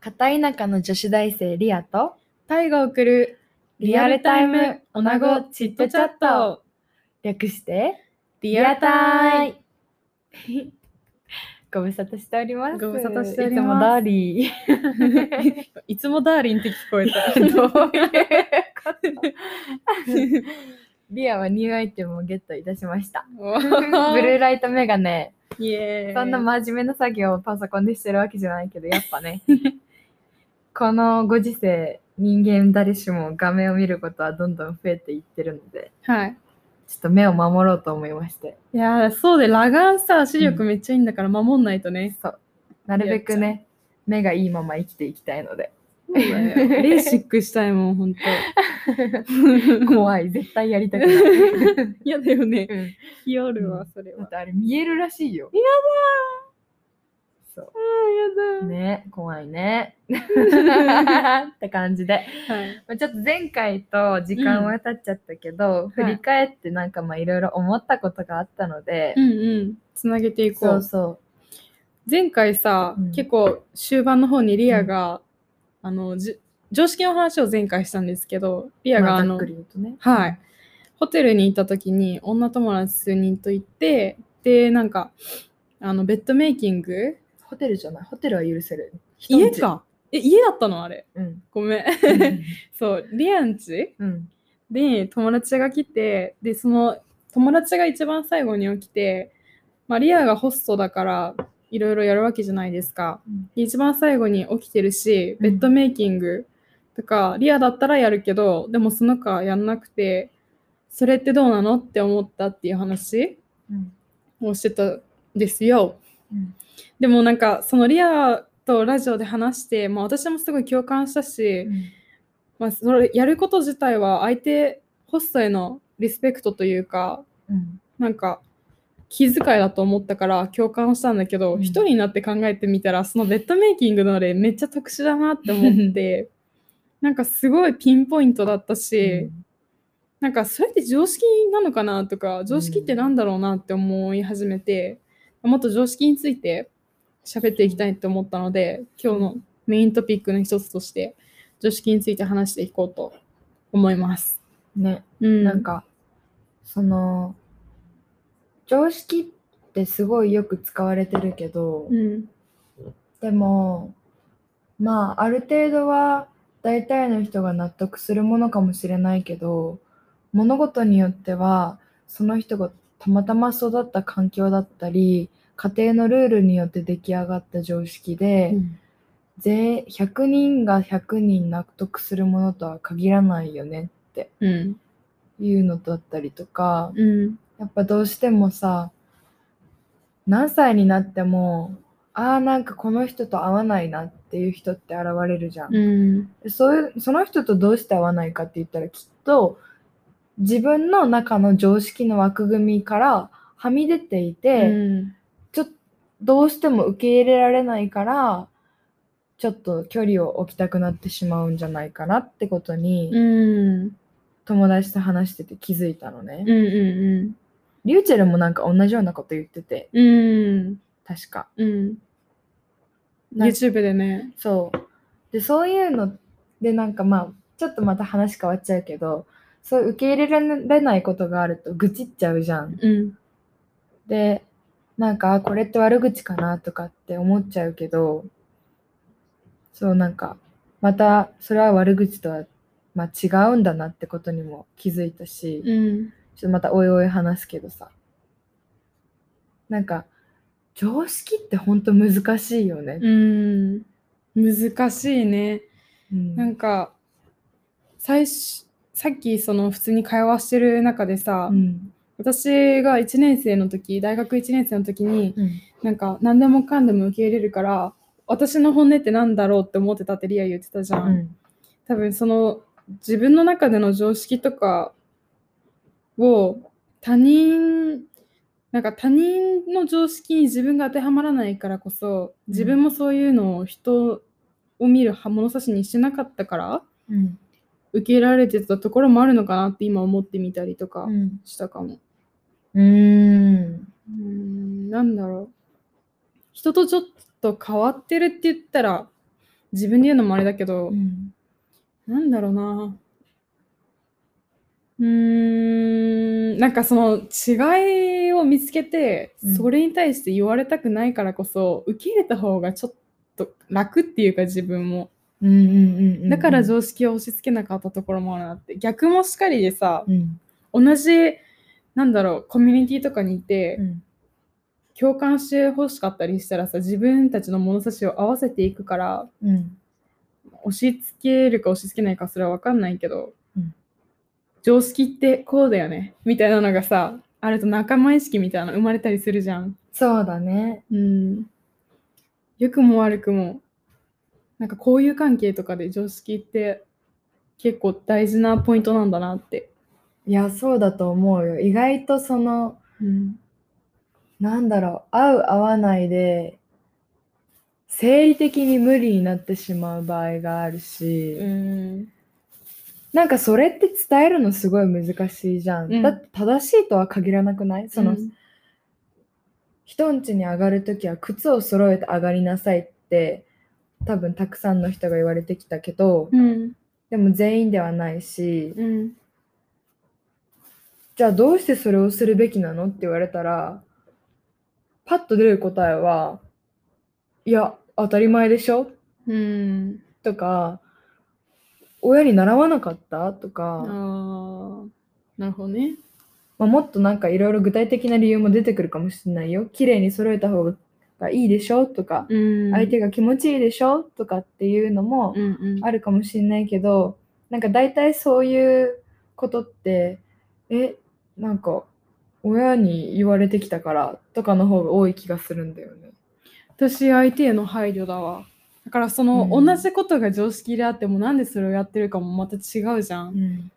片田舎の女子大生リアとタイが送るリアルタイムおなごチットチャット略してリアタイ ご無沙汰しておりますご無沙汰しておりますいつもダーリー いつもダーリンって聞こえた どういうリアはニューアイテムをゲットいたしま したブルーライトメガネ イエーイそんな真面目な作業をパソコンでしてるわけじゃないけどやっぱね このご時世人間誰しも画面を見ることはどんどん増えていってるのではいちょっと目を守ろうと思いまして、いやーそうで裸眼さ視力めっちゃいいんだから守んないとね、そう。なるべくね、目がいいまま生きていきたいので、レーシックしたいもんほ んと怖い、絶対やりたくない。嫌だよねうん日和るうわんそれだっはてあれ見えるらしいよ。そあう。ーやね、怖いね。だ、って感じで。はい、まあちょっと前回と時間は経っちゃったけど、振り返ってなんかまあいろいろ思ったことがあったのでう、んうんつなげていこそううそう。前回さ、うん結構終盤の方にリアが、あのじ常識の話を前回したんですけどリアがまああざの、っくり言うとね。はい。ホテルに行った時に女友達数人と行ってでなんかあのベッドメイキングホテルじゃない、ホテルは許せる。家かえ家だったのあれうん。ごめうん ん。そうリアんちうん。で友達が来てでその友達が一番最後に起きて、まあ、リアがホストだからいろいろやるわけじゃないですか、うんで一番最後に起きてるしうベんッドメイキングとか、リアだったらやるけどでもその他やんなくてそれってどうなのって思ったっていう話うんをしてたんですようんでもなんかそのリアとラジオで話して、まあ、私もすごい共感したし、まあ、それやること自体は相手ホストへのリスペクトというかうん。なんか気遣いだと思ったから共感したんだけどうん一、人になって考えてみたらそのベッドメイキングの例めっちゃ特殊だなって思ってなんかすごいピンポイントだったし、なんかそれって常識なのかなとか常識ってなんだろうなって思い始めて、もっと常識について喋っていきたいと思ったので今日のメイントピックの一つとして常識について話していこうと思います。うんね。うん、なんかその常識ってすごいよく使われてるけど、うん、でもまあある程度は大体の人が納得するものかもしれないけど物事によってはその人がたまたま育った環境だったり家庭のルールによって出来上がった常識で、うんぜ100人が100人納得するものとは限らないよねってうんいうのだったりとか、うんやっぱどうしてもさ何歳になってもああなんかこの人と合わないなっていう人って現れるじゃん、うんそういうその人とどうして合わないかって言ったらきっと自分の中の常識の枠組みからはみ出ていて、うんちょっとどうしても受け入れられないからちょっと距離を置きたくなってしまうんじゃないかなってことに、うん友達と話してて気づいたのね、うんうんリューチェルもなんか同じようなこと言っててうん確かうんなん YouTube でね。そう。で、そういうので、なんかまあ、ちょっとまた話変わっちゃうけど、そう受け入れられないことがあると愚痴っちゃうじゃん。うんで、なんか、あこれって悪口かなとかって思っちゃうけど、そう、なんか、またそれは悪口とは、まあ、違うんだなってことにも気づいたし、うんちょっとまたおいおい話すけどさ。なんか、常識ってほんと難しいよね。うん難しいね。うんなんか最初さっきその普通に会話してる中でさ、うん私が1年生の時大学1年生の時にうんなんか何でもかんでも受け入れるから私の本音って何だろうって思ってたってリア言ってたじゃん、うん多分その自分の中での常識とかを他人なんか他人の常識に自分が当てはまらないからこそ自分もそういうのを人を見る物差しにしてなかったから、うん受け入れられてたところもあるのかなって今思ってみたりとかうんしたかも。うーん。うーん、なんだろう。人とちょっと変わってるって言ったら自分で言うのもあれだけど、うんなんだろうな。うーん、なんかその違いを見つけてうん、それに対して言われたくないからこそ、受け入れた方がちょっと楽っていうか自分も。うんうんうんうんだから上常識を押し付けなかったところもあるなって。逆もしかりでさ、うん同じ、なんだろう、コミュニティとかにいて、うん共感してほしかったりしたらさ、自分たちの物差しを合わせていくから、うん押し付けるか押し付けないかそれは分かんないけど、うん常識ってこうだよねみたいなのがさあると仲間意識みたいなの生まれたりするじゃん。そうだねうん、良くも悪くもなんか交友関係とかで常識って結構大事なポイントなんだなって。いやそうだと思うよ意外とそのうんなんだろう合う合わないで生理的に無理になってしまう場合があるし、うんなんかそれって伝えるのすごい難しいじゃん、うんだって正しいとは限らなくないその、うん人ん家に上がるときは靴を揃えて上がりなさいって多分たくさんの人が言われてきたけど、うんでも全員ではないし、うんじゃあどうしてそれをするべきなのって言われたらパッと出る答えはいや当たり前でしょうんとか親に習わなかったとかあ、ーなるほどね。まあ、もっとなんかいろいろ具体的な理由も出てくるかもしれないよ綺麗に揃えた方がいいでしょとか、うん相手が気持ちいいでしょとかっていうのもうんうんあるかもしれないけどなんか大体そういうことってえなんか親に言われてきたからとかの方が多い気がするんだよね。私相手への配慮だわだからその、うん同じことが常識であってもなんでそれをやってるかもまた違うじゃん、ん、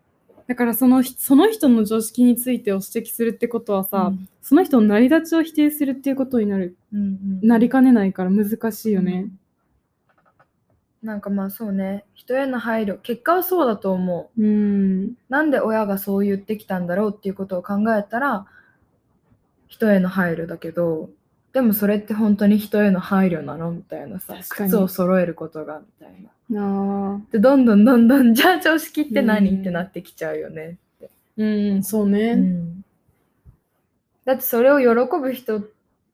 だからそのその人の常識についてを指摘するってことはさ、その人の成り立ちを否定するっていうことになるうんなりかねないから難しいようねんなんかまあそうね人への配慮結果はそうだと思う。うんなんで親がそう言ってきたんだろうっていうことを考えたら人への配慮だけどでもそれって本当に人への配慮なのみたいなさ確かに靴を揃えることがみたいな。あでどんどんどんど んじゃあ常識って何、うんってなってきちゃうよね。うんそうね、うんだってそれを喜ぶ人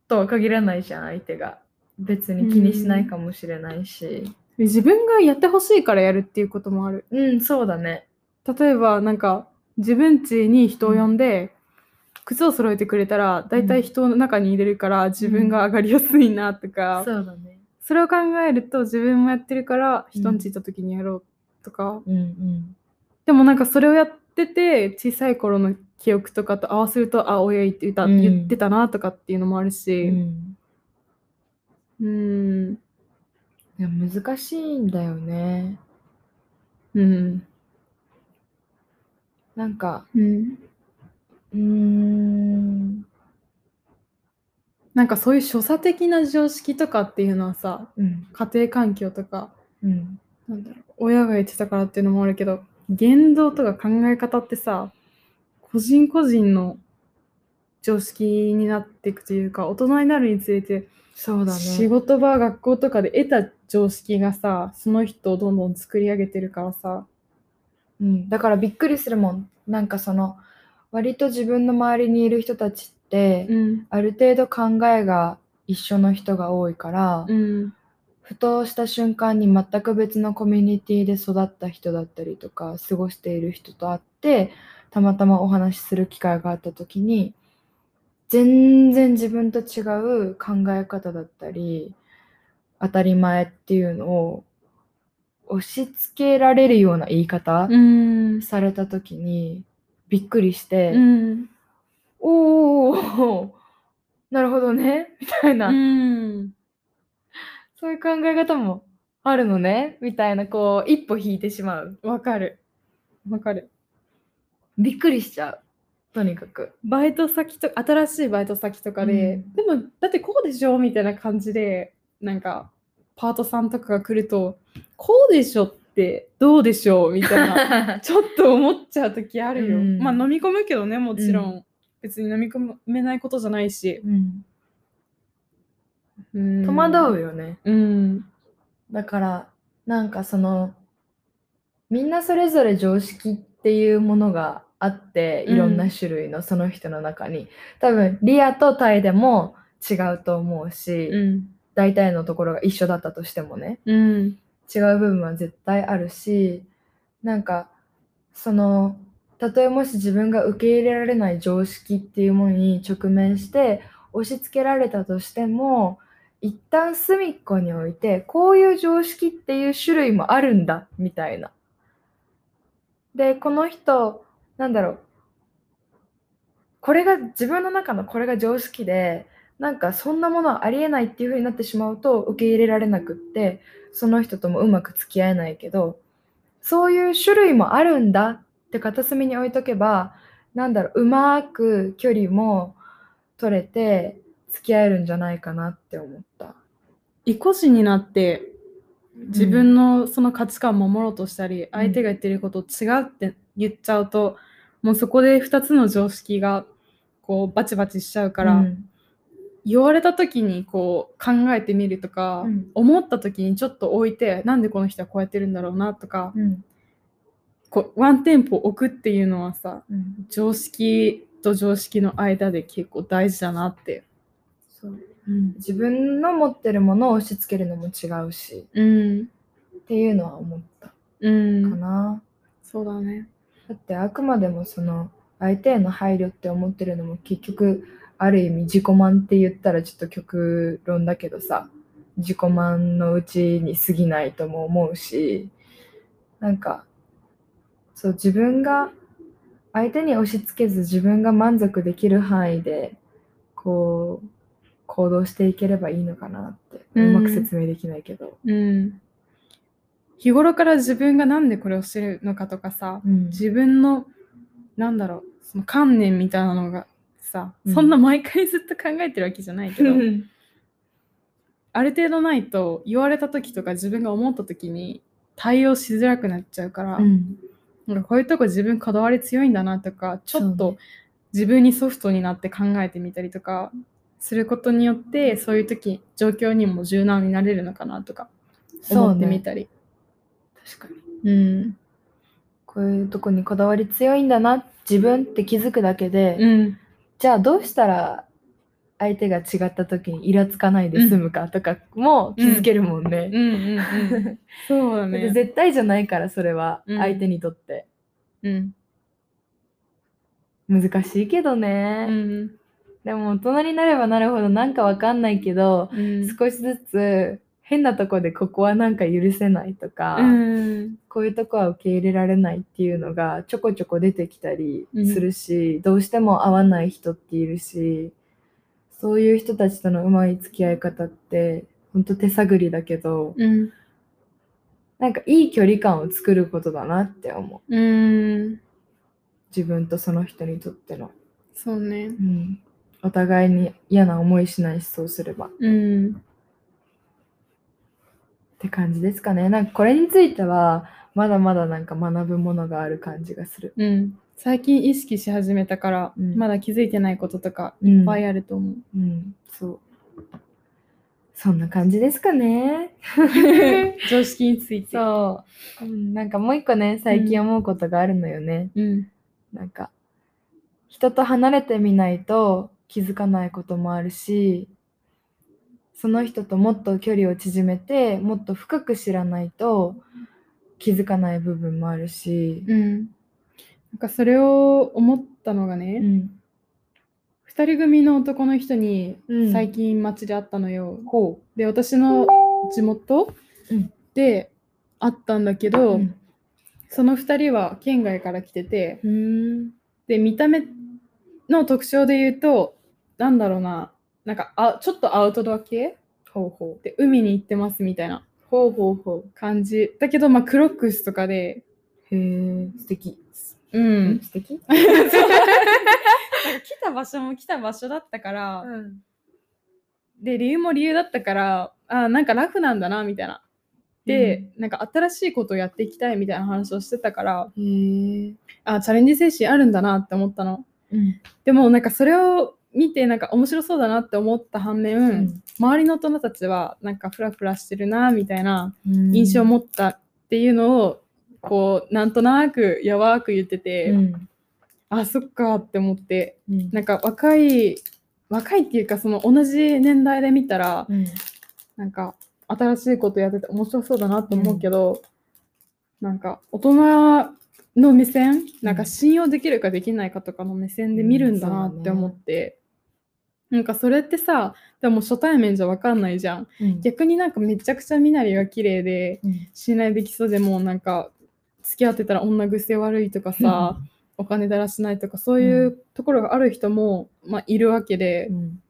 とは限らないじゃん相手が。別に気にしないかもしれないし。自分がやってほしいからやるっていうこともあるうん、そうだね。例えばなんか自分家に人を呼んで、靴を揃えてくれたら大体人の中に入れるから自分が上がりやすいなとか、そうだね。それを考えると自分もやってるからうん人んち行った時にやろうとか、うんうん。でもなんかそれをやってて小さい頃の記憶とかと合わせるとあ親言ってた、うん言ってたなとかっていうのもあるうしん、うんいや難しいんだよね。うんなんか、うんうーん、なんかそういう所作的な常識とかっていうのはさうん、家庭環境とかうん、なんだろう親が言ってたからっていうのもあるけど言動とか考え方ってさ個人個人の常識になっていくというか大人になるにつれてそうだ仕ね。事場学校とかで得た常識がさその人をどんどん作り上げてるからさうん、だからびっくりするもん。なんかその、割と自分の周りにいる人たちって、うんある程度考えが一緒の人が多いから、うんふとした瞬間に全く別のコミュニティで育った人だったりとか過ごしている人と会ってたまたまお話しする機会があった時に全然自分と違う考え方だったり当たり前っていうのを押し付けられるような言い方うんされた時にびっくりして、うんおーおーおーなるほどねみたいな。うんそういう考え方もあるのねみたいなこう一歩引いてしまうわかるわかるびっくりしちゃうとにかくバイト先と新しいバイト先とかで、うんでもだってこうでしょみたいな感じでなんかパートさんとかが来るとこうでしょってどうでしょうみた いなちょっと思っちゃう時あるよ、うんまあ飲み込むけどねもちろん、う別に飲み込めないことじゃないし、うんうん戸惑うよねうん。だからなんかそのみんなそれぞれ常識っていうものがあってうんいろんな種類のその人の中に、多分リアとタイでも違うと思うし、うん大体のところが一緒だったとしてもねうん違う部分は絶対あるしなんかそのたとえもし自分が受け入れられない常識っていうものに直面して押し付けられたとしても一旦隅っこに置いてこういう常識っていう種類もあるんだみたいな。でこの人なんだろうこれが自分の中のこれが常識でなんかそんなものはありえないっていう風になってしまうと受け入れられなくってその人ともうまく付き合えないけどそういう種類もあるんだって片隅に置いとけばなんだろううまく距離も取れて付き合えるんじゃないかなって思った。意固地になって自分のその価値観を守ろうとしたり、相手が言ってること違うって言っちゃうともうそこで2つの常識がこうバチバチしちゃうから、うん言われた時にこう考えてみるとか、うん思った時にちょっと置いてなんでこの人はこうやってるんだろうなとか、うんこうワンテンポ置くっていうのはさうん常識と常識の間で結構大事だなって。そううん自分の持ってるものを押し付けるのも違うしうんっていうのは思ったかうん、な。そうだね。だってあくまでもその相手への配慮って思ってるのも結局ある意味自己満って言ったらちょっと極論だけどさ自己満のうちに過ぎないとも思うしなんかそう自分が相手に押し付けず自分が満足できる範囲でこう行動していければいいのかなって、ううんまく説明できないけど、うん、日頃から自分がなんでこれをしてるのかとかさうん自分のなんだろうその観念みたいなのがさ、うんそんな毎回ずっと考えてるわけじゃないけどある程度ないと言われた時とか自分が思った時に対応しづらくなっちゃうから、うんなんかこういうとこ自分こだわり強いんだなとかちょっそうと自分にソフトになって考えてみたりとかすることによってそういう時状況にも柔軟になれるのかなとかそ思うってみねたり。確かにうんこういうとこにこだわり強いんだな自分って気づくだけで、うんじゃあどうしたら相手が違った時にイラつかないで済むかとかも気づけるもんね。うんうんうん、そうだっだて ね。絶対じゃないからそれはうん相手にとってうん難しいけどうね、んでも大人になればなるほどなんかわかんないけど、うん少しずつ変なとこでここはなんか許せないとか、うんこういうとこは受け入れられないっていうのがちょこちょこ出てきたりするし、どうしても合わない人っているしそういう人たちとのうまい付き合い方ってほんと手探りだけどうんなんかいい距離感を作ることだなって思ううん自分とその人にとっての、そうね。うん、お互いに嫌な思いしないしそうすればっうんて感じですかねなんかこれについてはまだまだなんか学ぶものがある感じがする。うん最近意識し始めたから、うんまだ気づいてないこととかうんいっぱいあると 思う。うん、そう。そんな感じですかね。常識について。そう、うん。なんかもう一個ね、最近思うことがあるのよね。うんなんか、人と離れてみないと気づかないこともあるし、その人ともっと距離を縮めて、もっと深く知らないと気づかない部分もあるし。うんなんかそれを思ったのがうね、ん。二人組の男の人にうん最近街で会ったのよ。こで私の地元うんで会ったんだけう。うど、ん。その2人は県外から来ててうん。で見た目の特徴で言うとなんだろうななんかあちょっとアウトドア系ほうほう。で海に行ってますみたいなほうほうほ感じだけど、まあ、クロックスとかでう。へえ、素敵。ううん素敵なんか来た場所も来た場所だったから、ん。で理由も理由だったからあなんかラフなんだなみたいなで、なんか新しいことをやっていきたいみたいな話をしてたからへえ。あチャレンジ精神あるんだなって思ったのうん。でもなんかそれを見てなんか面白そうだなって思った反面、周りの大人たちはなんかフラフラしてるなみたいなうん印象を持ったっていうのをこうなんとなくやわく言ってて、うんあそっかって思ってうんなんか若い若いっていうかその同じ年代で見たら、うんなんか新しいことやってて面白そうだなと思うけど、なんか大人の目線なんか信用できるかできないかとかの目線で見るんだなって思って、なんかそれってさでも初対面じゃ分かんないじゃんうん逆になんかめちゃくちゃ身なりが綺麗でうん信頼できそうでもうなんか付き合ってたら女癖悪いとかさ、お金だらしないとかそういうところがある人も、まあ、いるわけで、うん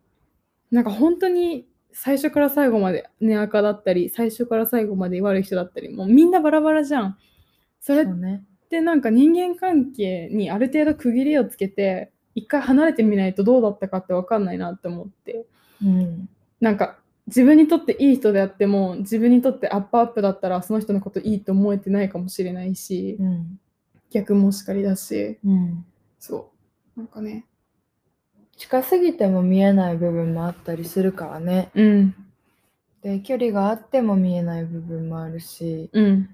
なんか本当に最初から最後まで根垢だったり最初から最後まで悪い人だったりもうみんなバラバラじゃんそれっそうねてなんか人間関係にある程度区切りをつけて一回離れてみないとどうだったかって分かんないなって思ってうんなんか自分にとっていい人であっても自分にとってアップアップだったらその人のこといいと思えてないかもしれないしうん逆もしかりだしうんそうなんかね近すぎても見えない部分もあったりするからねうんで距離があっても見えない部分もあるしうん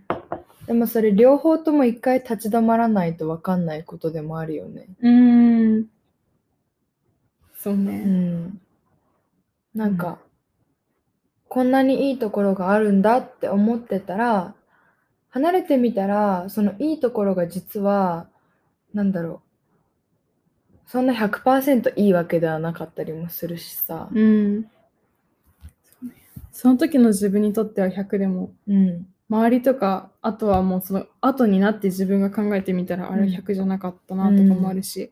でもそれ両方とも一回立ち止まらないと分かんないことでもあるよねうんそうね、うんなんか、こんなにいいところがあるんだって思ってたら離れてみたらそのいいところが実はなんだろうそんな100%いいわけではなかったりもするしさ、うん。その時の自分にとっては100でも、うん周りとか、あとはもうその後になって自分が考えてみたら、あれうん100じゃなかったなとかもあるし、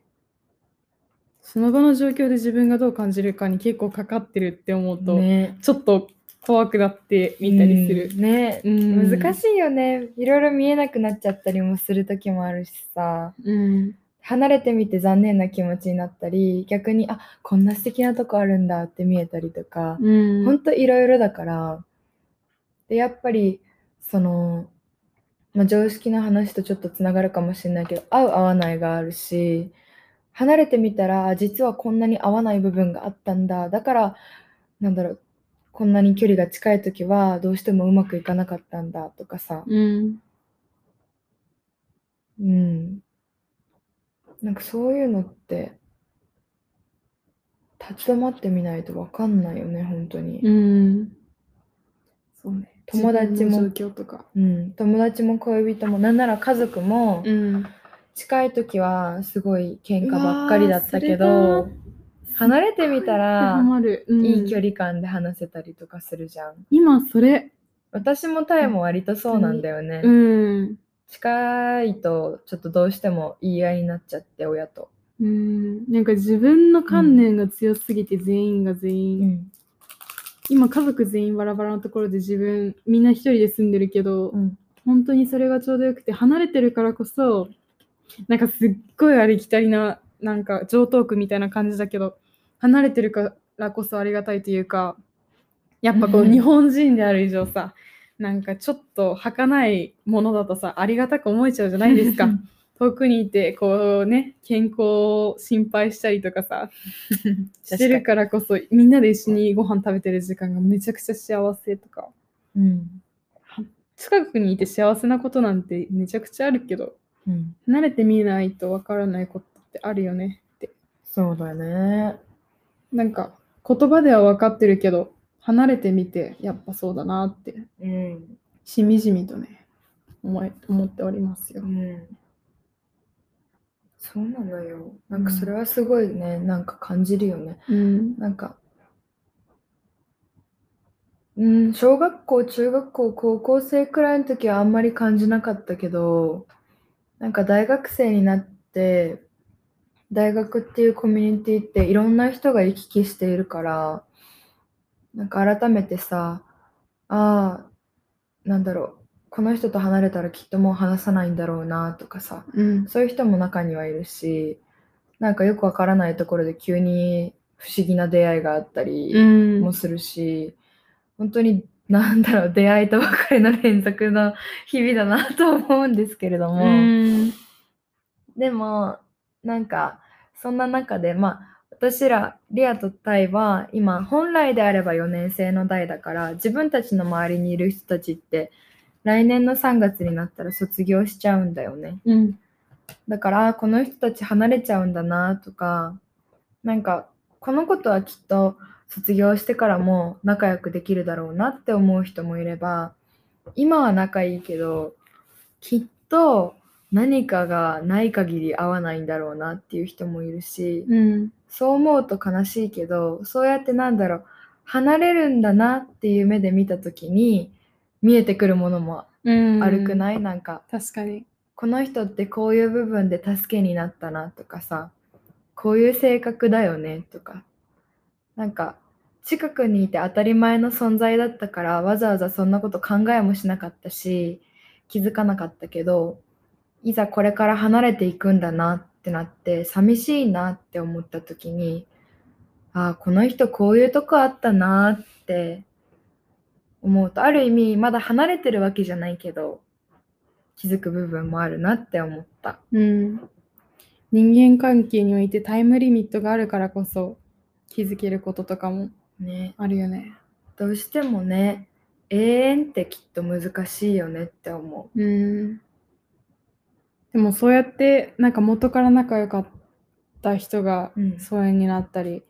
その場の状況で自分がどう感じるかに結構かかってるって思うと、ねちょっと怖くなってみたりするう。んねうん難しいよねいろいろ見えなくなっちゃったりもする時もあるしさうん。離れてみて残念な気持ちになったり逆にあこんな素敵なとこあるんだって見えたりとか、うん。ほんといろいろだからでやっぱりその、まあ、常識の話とちょっとつながるかもしれないけど合う合わないがあるし離れてみたらあ実はこんなに合わない部分があったんだだからなんだろうこんなに距離が近い時はどうしてもうまくいかなかったんだとかさうん。うんなんかそういうのって立ち止まってみないと分かんないよね本当に。うん。そうね。友達も自分の状況とか。うん、友達も恋人もなんなら家族もうん。近い時はすごい喧嘩ばっかりだったけうわーどそれ離れてみたらハマるうんいい距離感で話せたりとかするじゃん今それ。私もタイも割とそうなんだよね、うん。近いとちょっとどうしても言い合いになっちゃって親と、うんなんか自分の観念が強すぎて全員が全員、ん今家族全員バラバラのところで自分みんな一人で住んでるけど、うん本当にそれがちょうどよくて離れてるからこそなんかすっごいありきたりななんか上等句みたいな感じだけど離れてるからこそありがたいというかやっぱこううん日本人である以上さなんかちょっと儚いものだとさありがたく思えちゃうじゃな いですか遠くにいてこうね健康を心配したりとか さしてるからこそみんなで一緒にご飯食べてる時間がめちゃくちゃ幸せとかうん近くにいて幸せなことなんてめちゃくちゃあるけどうん慣れてみないとわからないことってあるよねってそうだねなんか言葉では分かってるけど離れてみてやっぱそうだなってうんしみじみとね思え思っておりますよう。んそうなのよなんかそれはすごいねなんか感じるよねうんなんか、うん、小学校、中学校、高校生くらいの時はあんまり感じなかったけど、なんか大学生になって、大学っていうコミュニティっていろんな人が行き来しているから、なんか改めてさ、ああ、なんだろう、この人と離れたらきっともう話さないんだろうなとかさ、うんそういう人も中にはいるし、なんかよくわからないところで急に不思議な出会いがあったうりんもするし、本当になんだろう、出会いと別れの連続の日々だなと思うんですけれども、うんでも、なんか、そんな中で、まあ、私らリアとタイは今本来であれば4年生の代だから自分たちの周りにいる人たちって来年の3月になったら卒業しちゃうんだよねうんだからあこの人たち離れちゃうんだなとかなんかこのことはきっと卒業してからも仲良くできるだろうなって思う人もいれば今は仲いいけどきっと何かがない限り合わないんだろうなっていう人もいるし、うんそう思うと悲しいけどそうやってなんだろう離れるんだなっていう目で見た時に見えてくるものもうんあるくない、なんか確かにこの人ってこういう部分で助けになったなとかさこういう性格だよねとかなんか近くにいて当たり前の存在だったからわざわざそんなこと考えもしなかったし気づかなかったけどいざこれから離れていくんだなってなって寂しいなって思った時にああこの人こういうとこあったなって思うとある意味まだ離れてるわけじゃないけど気づく部分もあるなって思った。うん人間関係においてタイムリミットがあるからこそ気づけることとかもね、あるよねどうしてもね永遠ってきっと難しいよねって思うんでもそうやってなんか元から仲良かった人がう。うん疎遠になったり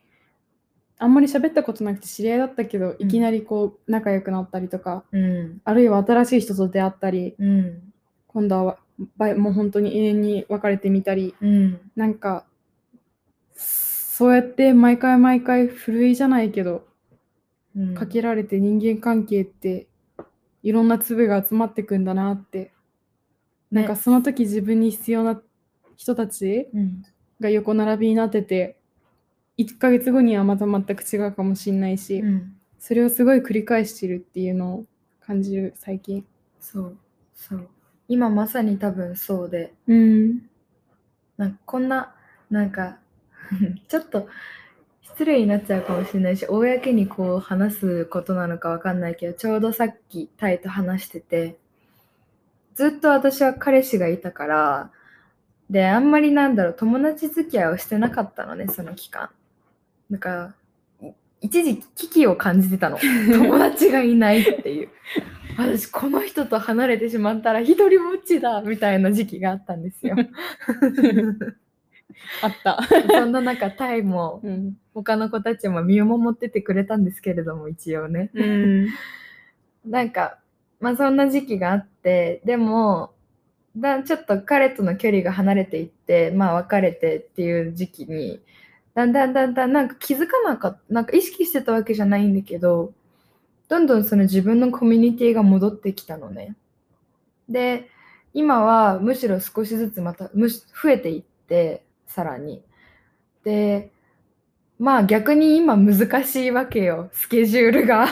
あんまり喋ったことなくて知り合いだったけど、いきなりこう仲良くなったりとかうんあるいは新しい人と出会ったりうん今度はばもう本当に永遠に別れてみたりうんなんかそうやって毎回毎回ふるいじゃないけどうんかけられて人間関係っていろんな粒が集まってくんだなってなんかねその時自分に必要な人たちうんが横並びになってて1ヶ月後にはまた全く違うかもしんないし、うんそれをすごい繰り返してるっていうのを感じる最近そうそう今まさに多分そうでうんなんかこんななんか ちょっと失礼になっちゃうかもしれないし公にこう話すことなのかわかんないけどちょうどさっきタイと話しててずっと私は彼氏がいたからであんまりなんだろう友達付き合いをしてなかったのねその期間だからい一時期危機を感じてたの友達がいないっていう私この人と離れてしまったら一人ぼっちだみたいな時期があったんですよあった、そんな中タイもうん他の子たちも身を守っててくれたんですけれども一応ねうん、なんかまあそんな時期があってでもだちょっと彼との距離が離れていってまあ別れてっていう時期にだんだんだんだんなんか気づかなかったなんか意識してたわけじゃないんだけどどんどんその自分のコミュニティが戻ってきたのねで今はむしろ少しずつまたむし増えていってさらにでまあ逆に今難しいわけよスケジュールが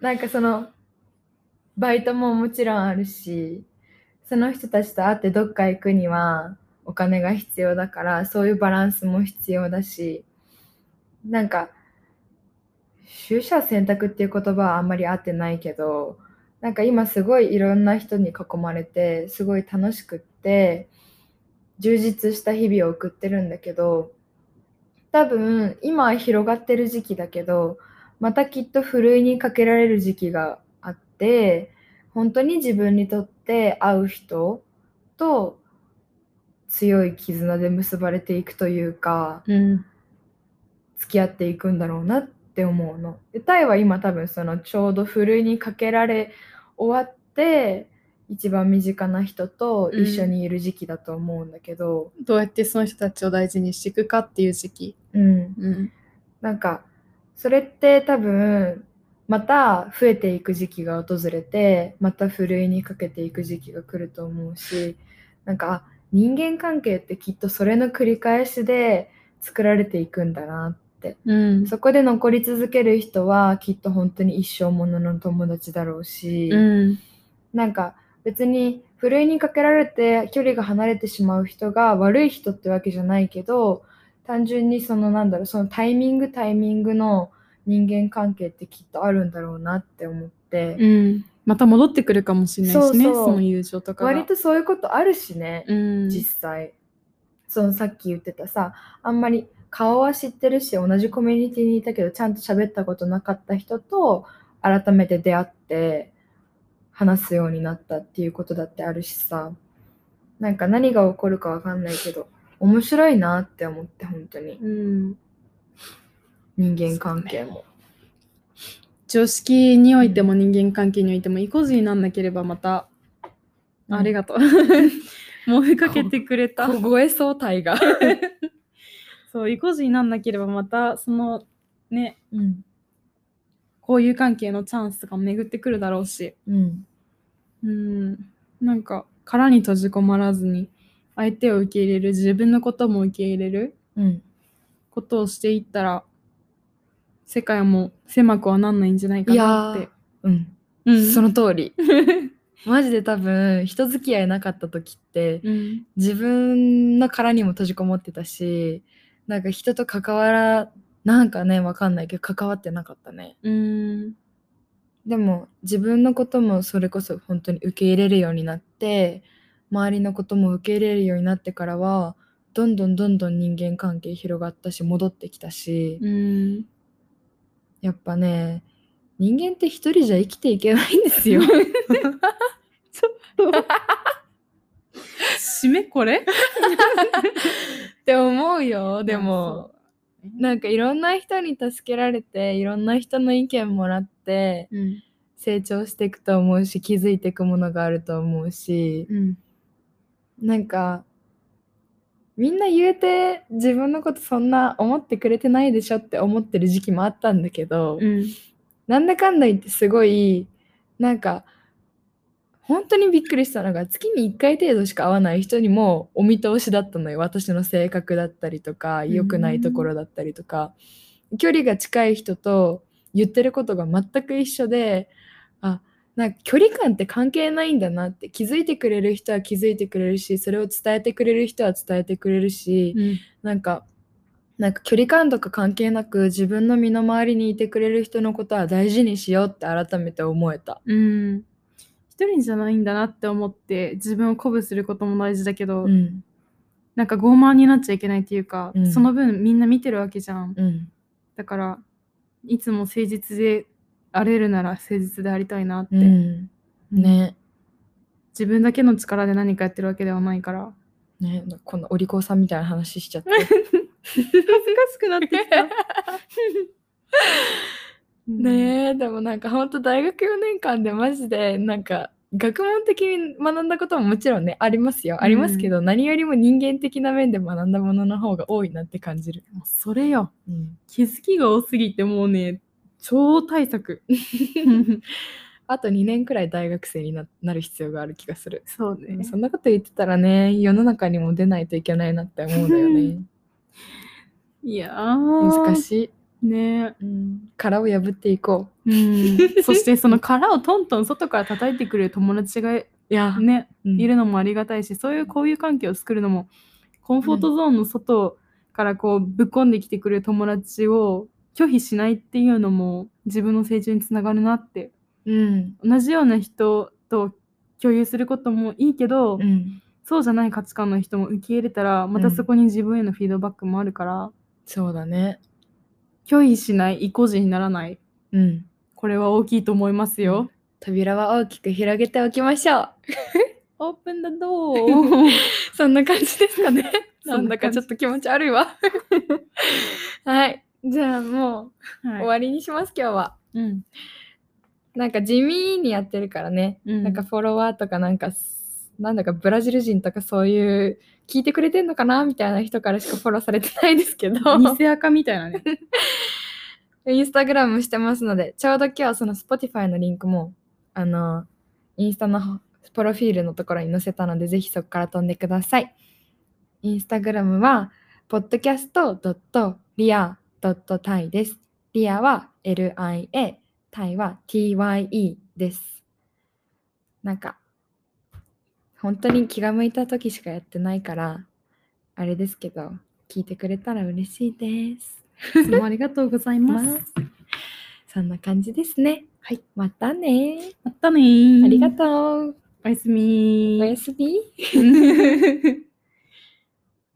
なんかそのバイトももちろんあるしその人たちと会ってどっか行くにはお金が必要だからそういうバランスも必要だしなんか取捨選択っていう言葉はあんまり合ってないけどなんか今すごいいろんな人に囲まれてすごい楽しくって充実した日々を送ってるんだけど多分今は広がってる時期だけどまたきっとふるいにかけられる時期があって本当に自分にとって合う人と強い絆で結ばれていくというかうん付き合っていくんだろうなって思うの。でタイは今多分そのちょうどふるいにかけられ終わって一番身近な人と一緒にいる時期だと思うんだけど、どうやってその人たちを大事にしていくかっていう時期。うん、うん。なんかそれって多分また増えていく時期が訪れてまたふるいにかけていく時期が来ると思うしなんかあ人間関係ってきっとそれの繰り返しで作られていくんだなうん。そこで残り続ける人はきっと本当に一生ものの友達だろうし、うん。なんか別にふるいにかけられて距離が離れてしまう人が悪い人ってわけじゃないけど単純にそのなんだろうそのタイミングタイミングの人間関係ってきっとあるんだろうなって思って、うん。また戻ってくるかもしれないしね、そうそうその友情とかが。割とそういうことあるしね、うん。実際そのさっき言ってたさあんまり顔は知ってるし同じコミュニティにいたけどちゃんと喋ったことなかった人と改めて出会って話すようになったっていうことだってあるしさなんか何が起こるかわかんないけど面白いなって思って本当にうん、人間関係も。常識においても人間関係においても意固地になんなければまた、あとりがとう もうかけてくれたう。凍えそう体が。 そう意固地になんなければまたそのねうん。交友関係のチャンスが巡ってくるだろうしうん。うんなんか殻に閉じ込まらずに相手を受け入れる自分のことも受け入れるうん。ことをしていったら世界も狭くはなんないんじゃないかなっていや。うん。うんその通り。 マジで多分人付き合いなかった時ってうん自分の殻にも閉じこもってたしなんか人と関わらなんかねわかんないけど関わってなかったねうんでも自分のこともそれこそ本当に受け入れるようになって周りのことも受け入れるようになってからはどんどんどんどん人間関係広がったし戻ってきたし、うんやっぱね人間って一人じゃ生きていけないんですよ締めこれって思うよでまあもなんかいろんな人に助けられていろんな人の意見もらってうん成長していくと思うし気づいていくものがあると思うしうんなんかみんな言うて自分のことそんな思ってくれてないでしょって思ってる時期もあったんだけど、うんなんだかんだ言ってすごいなんか本当にびっくりしたのが月に1回程度しか会わない人にもお見通しだったのよ私の性格だったりとかん良くないところだったりとか、距離が近い人と言ってることが全く一緒であなんか距離感って関係ないんだなって気づいてくれる人は気づいてくれるしそれを伝えてくれる人は伝えてくれるし、うんなんか、なんか距離感とか関係なく自分の身の回りにいてくれる人のことは大事にしようって改めて思えた。うん一人じゃないんだなって思って自分を鼓舞することも大事だけど、うん。なんか傲慢になっちゃいけないっていうか、うんその分みんな見てるわけじゃんうん。だからいつも誠実であれるなら誠実でありたいなって、うん。ね。自分だけの力で何かやってるわけではないからね。このお利口さんみたいな話しちゃって。恥ずかしくなってき たえ ねえ、でもなんか本当大学4年間でマジでなんか学問的に学んだことももちろんね、ありますよ。ありますけど、何よりも人間的な面で学んだものの方が多いなって感じる。もうそれようん。気づきが多すぎてもうね超対策あと2年くらい大学生にななる必要がある気がする。そううんねそんなこと言ってたらね世の中にも出ないといけないなって思うんだよねいや難難ししい、いねうん、殻を破っていこうん そしてその殻をトントン外から叩いてくれる友達がういや、ねうんいるのもありがたいしそういう交友関係を作るのもコンフォートゾーンの外からこうぶっ込んできてくる友達を拒否しないっていうのも自分の成長につながるなってうん同じような人と共有することもいいけど、うんそうじゃない価値観の人も受け入れたらまうたんそこに自分へのフィードバックもあるから、そうだね拒否しない意固地にならないうんこれは大きいと思いますよ。扉は大きく広げておきましょうオープンだどう そんな感じですか ねなそんんなだか感じちょっと気持ち悪いわ はいじゃあもう終 は、わりにします今日はいうん、なんか地味にやってるからねななんかフォロワーとかなんかす、なんだかブラジル人とかそういう、聞いてくれてんのかなみたいな人からしかフォローされてないですけど、偽垢みたいな ね。インスタグラムしてますので、ちょうど今日その Spotify のリンクも、あの、インスタのプロフィールのところに載せたので、ぜひそこから飛んでください。インスタグラムは、podcast.ria.tai です。リアは LIA、タイは TYE です。なんか、本当に気が向いた時しかやってないから、あれですけど、聞いてくれたら嬉しいです。いつもありがとうございまますす。そんな感じですね。はい。またね。またねーありがとう。おやすみーおやすみ。 すみ。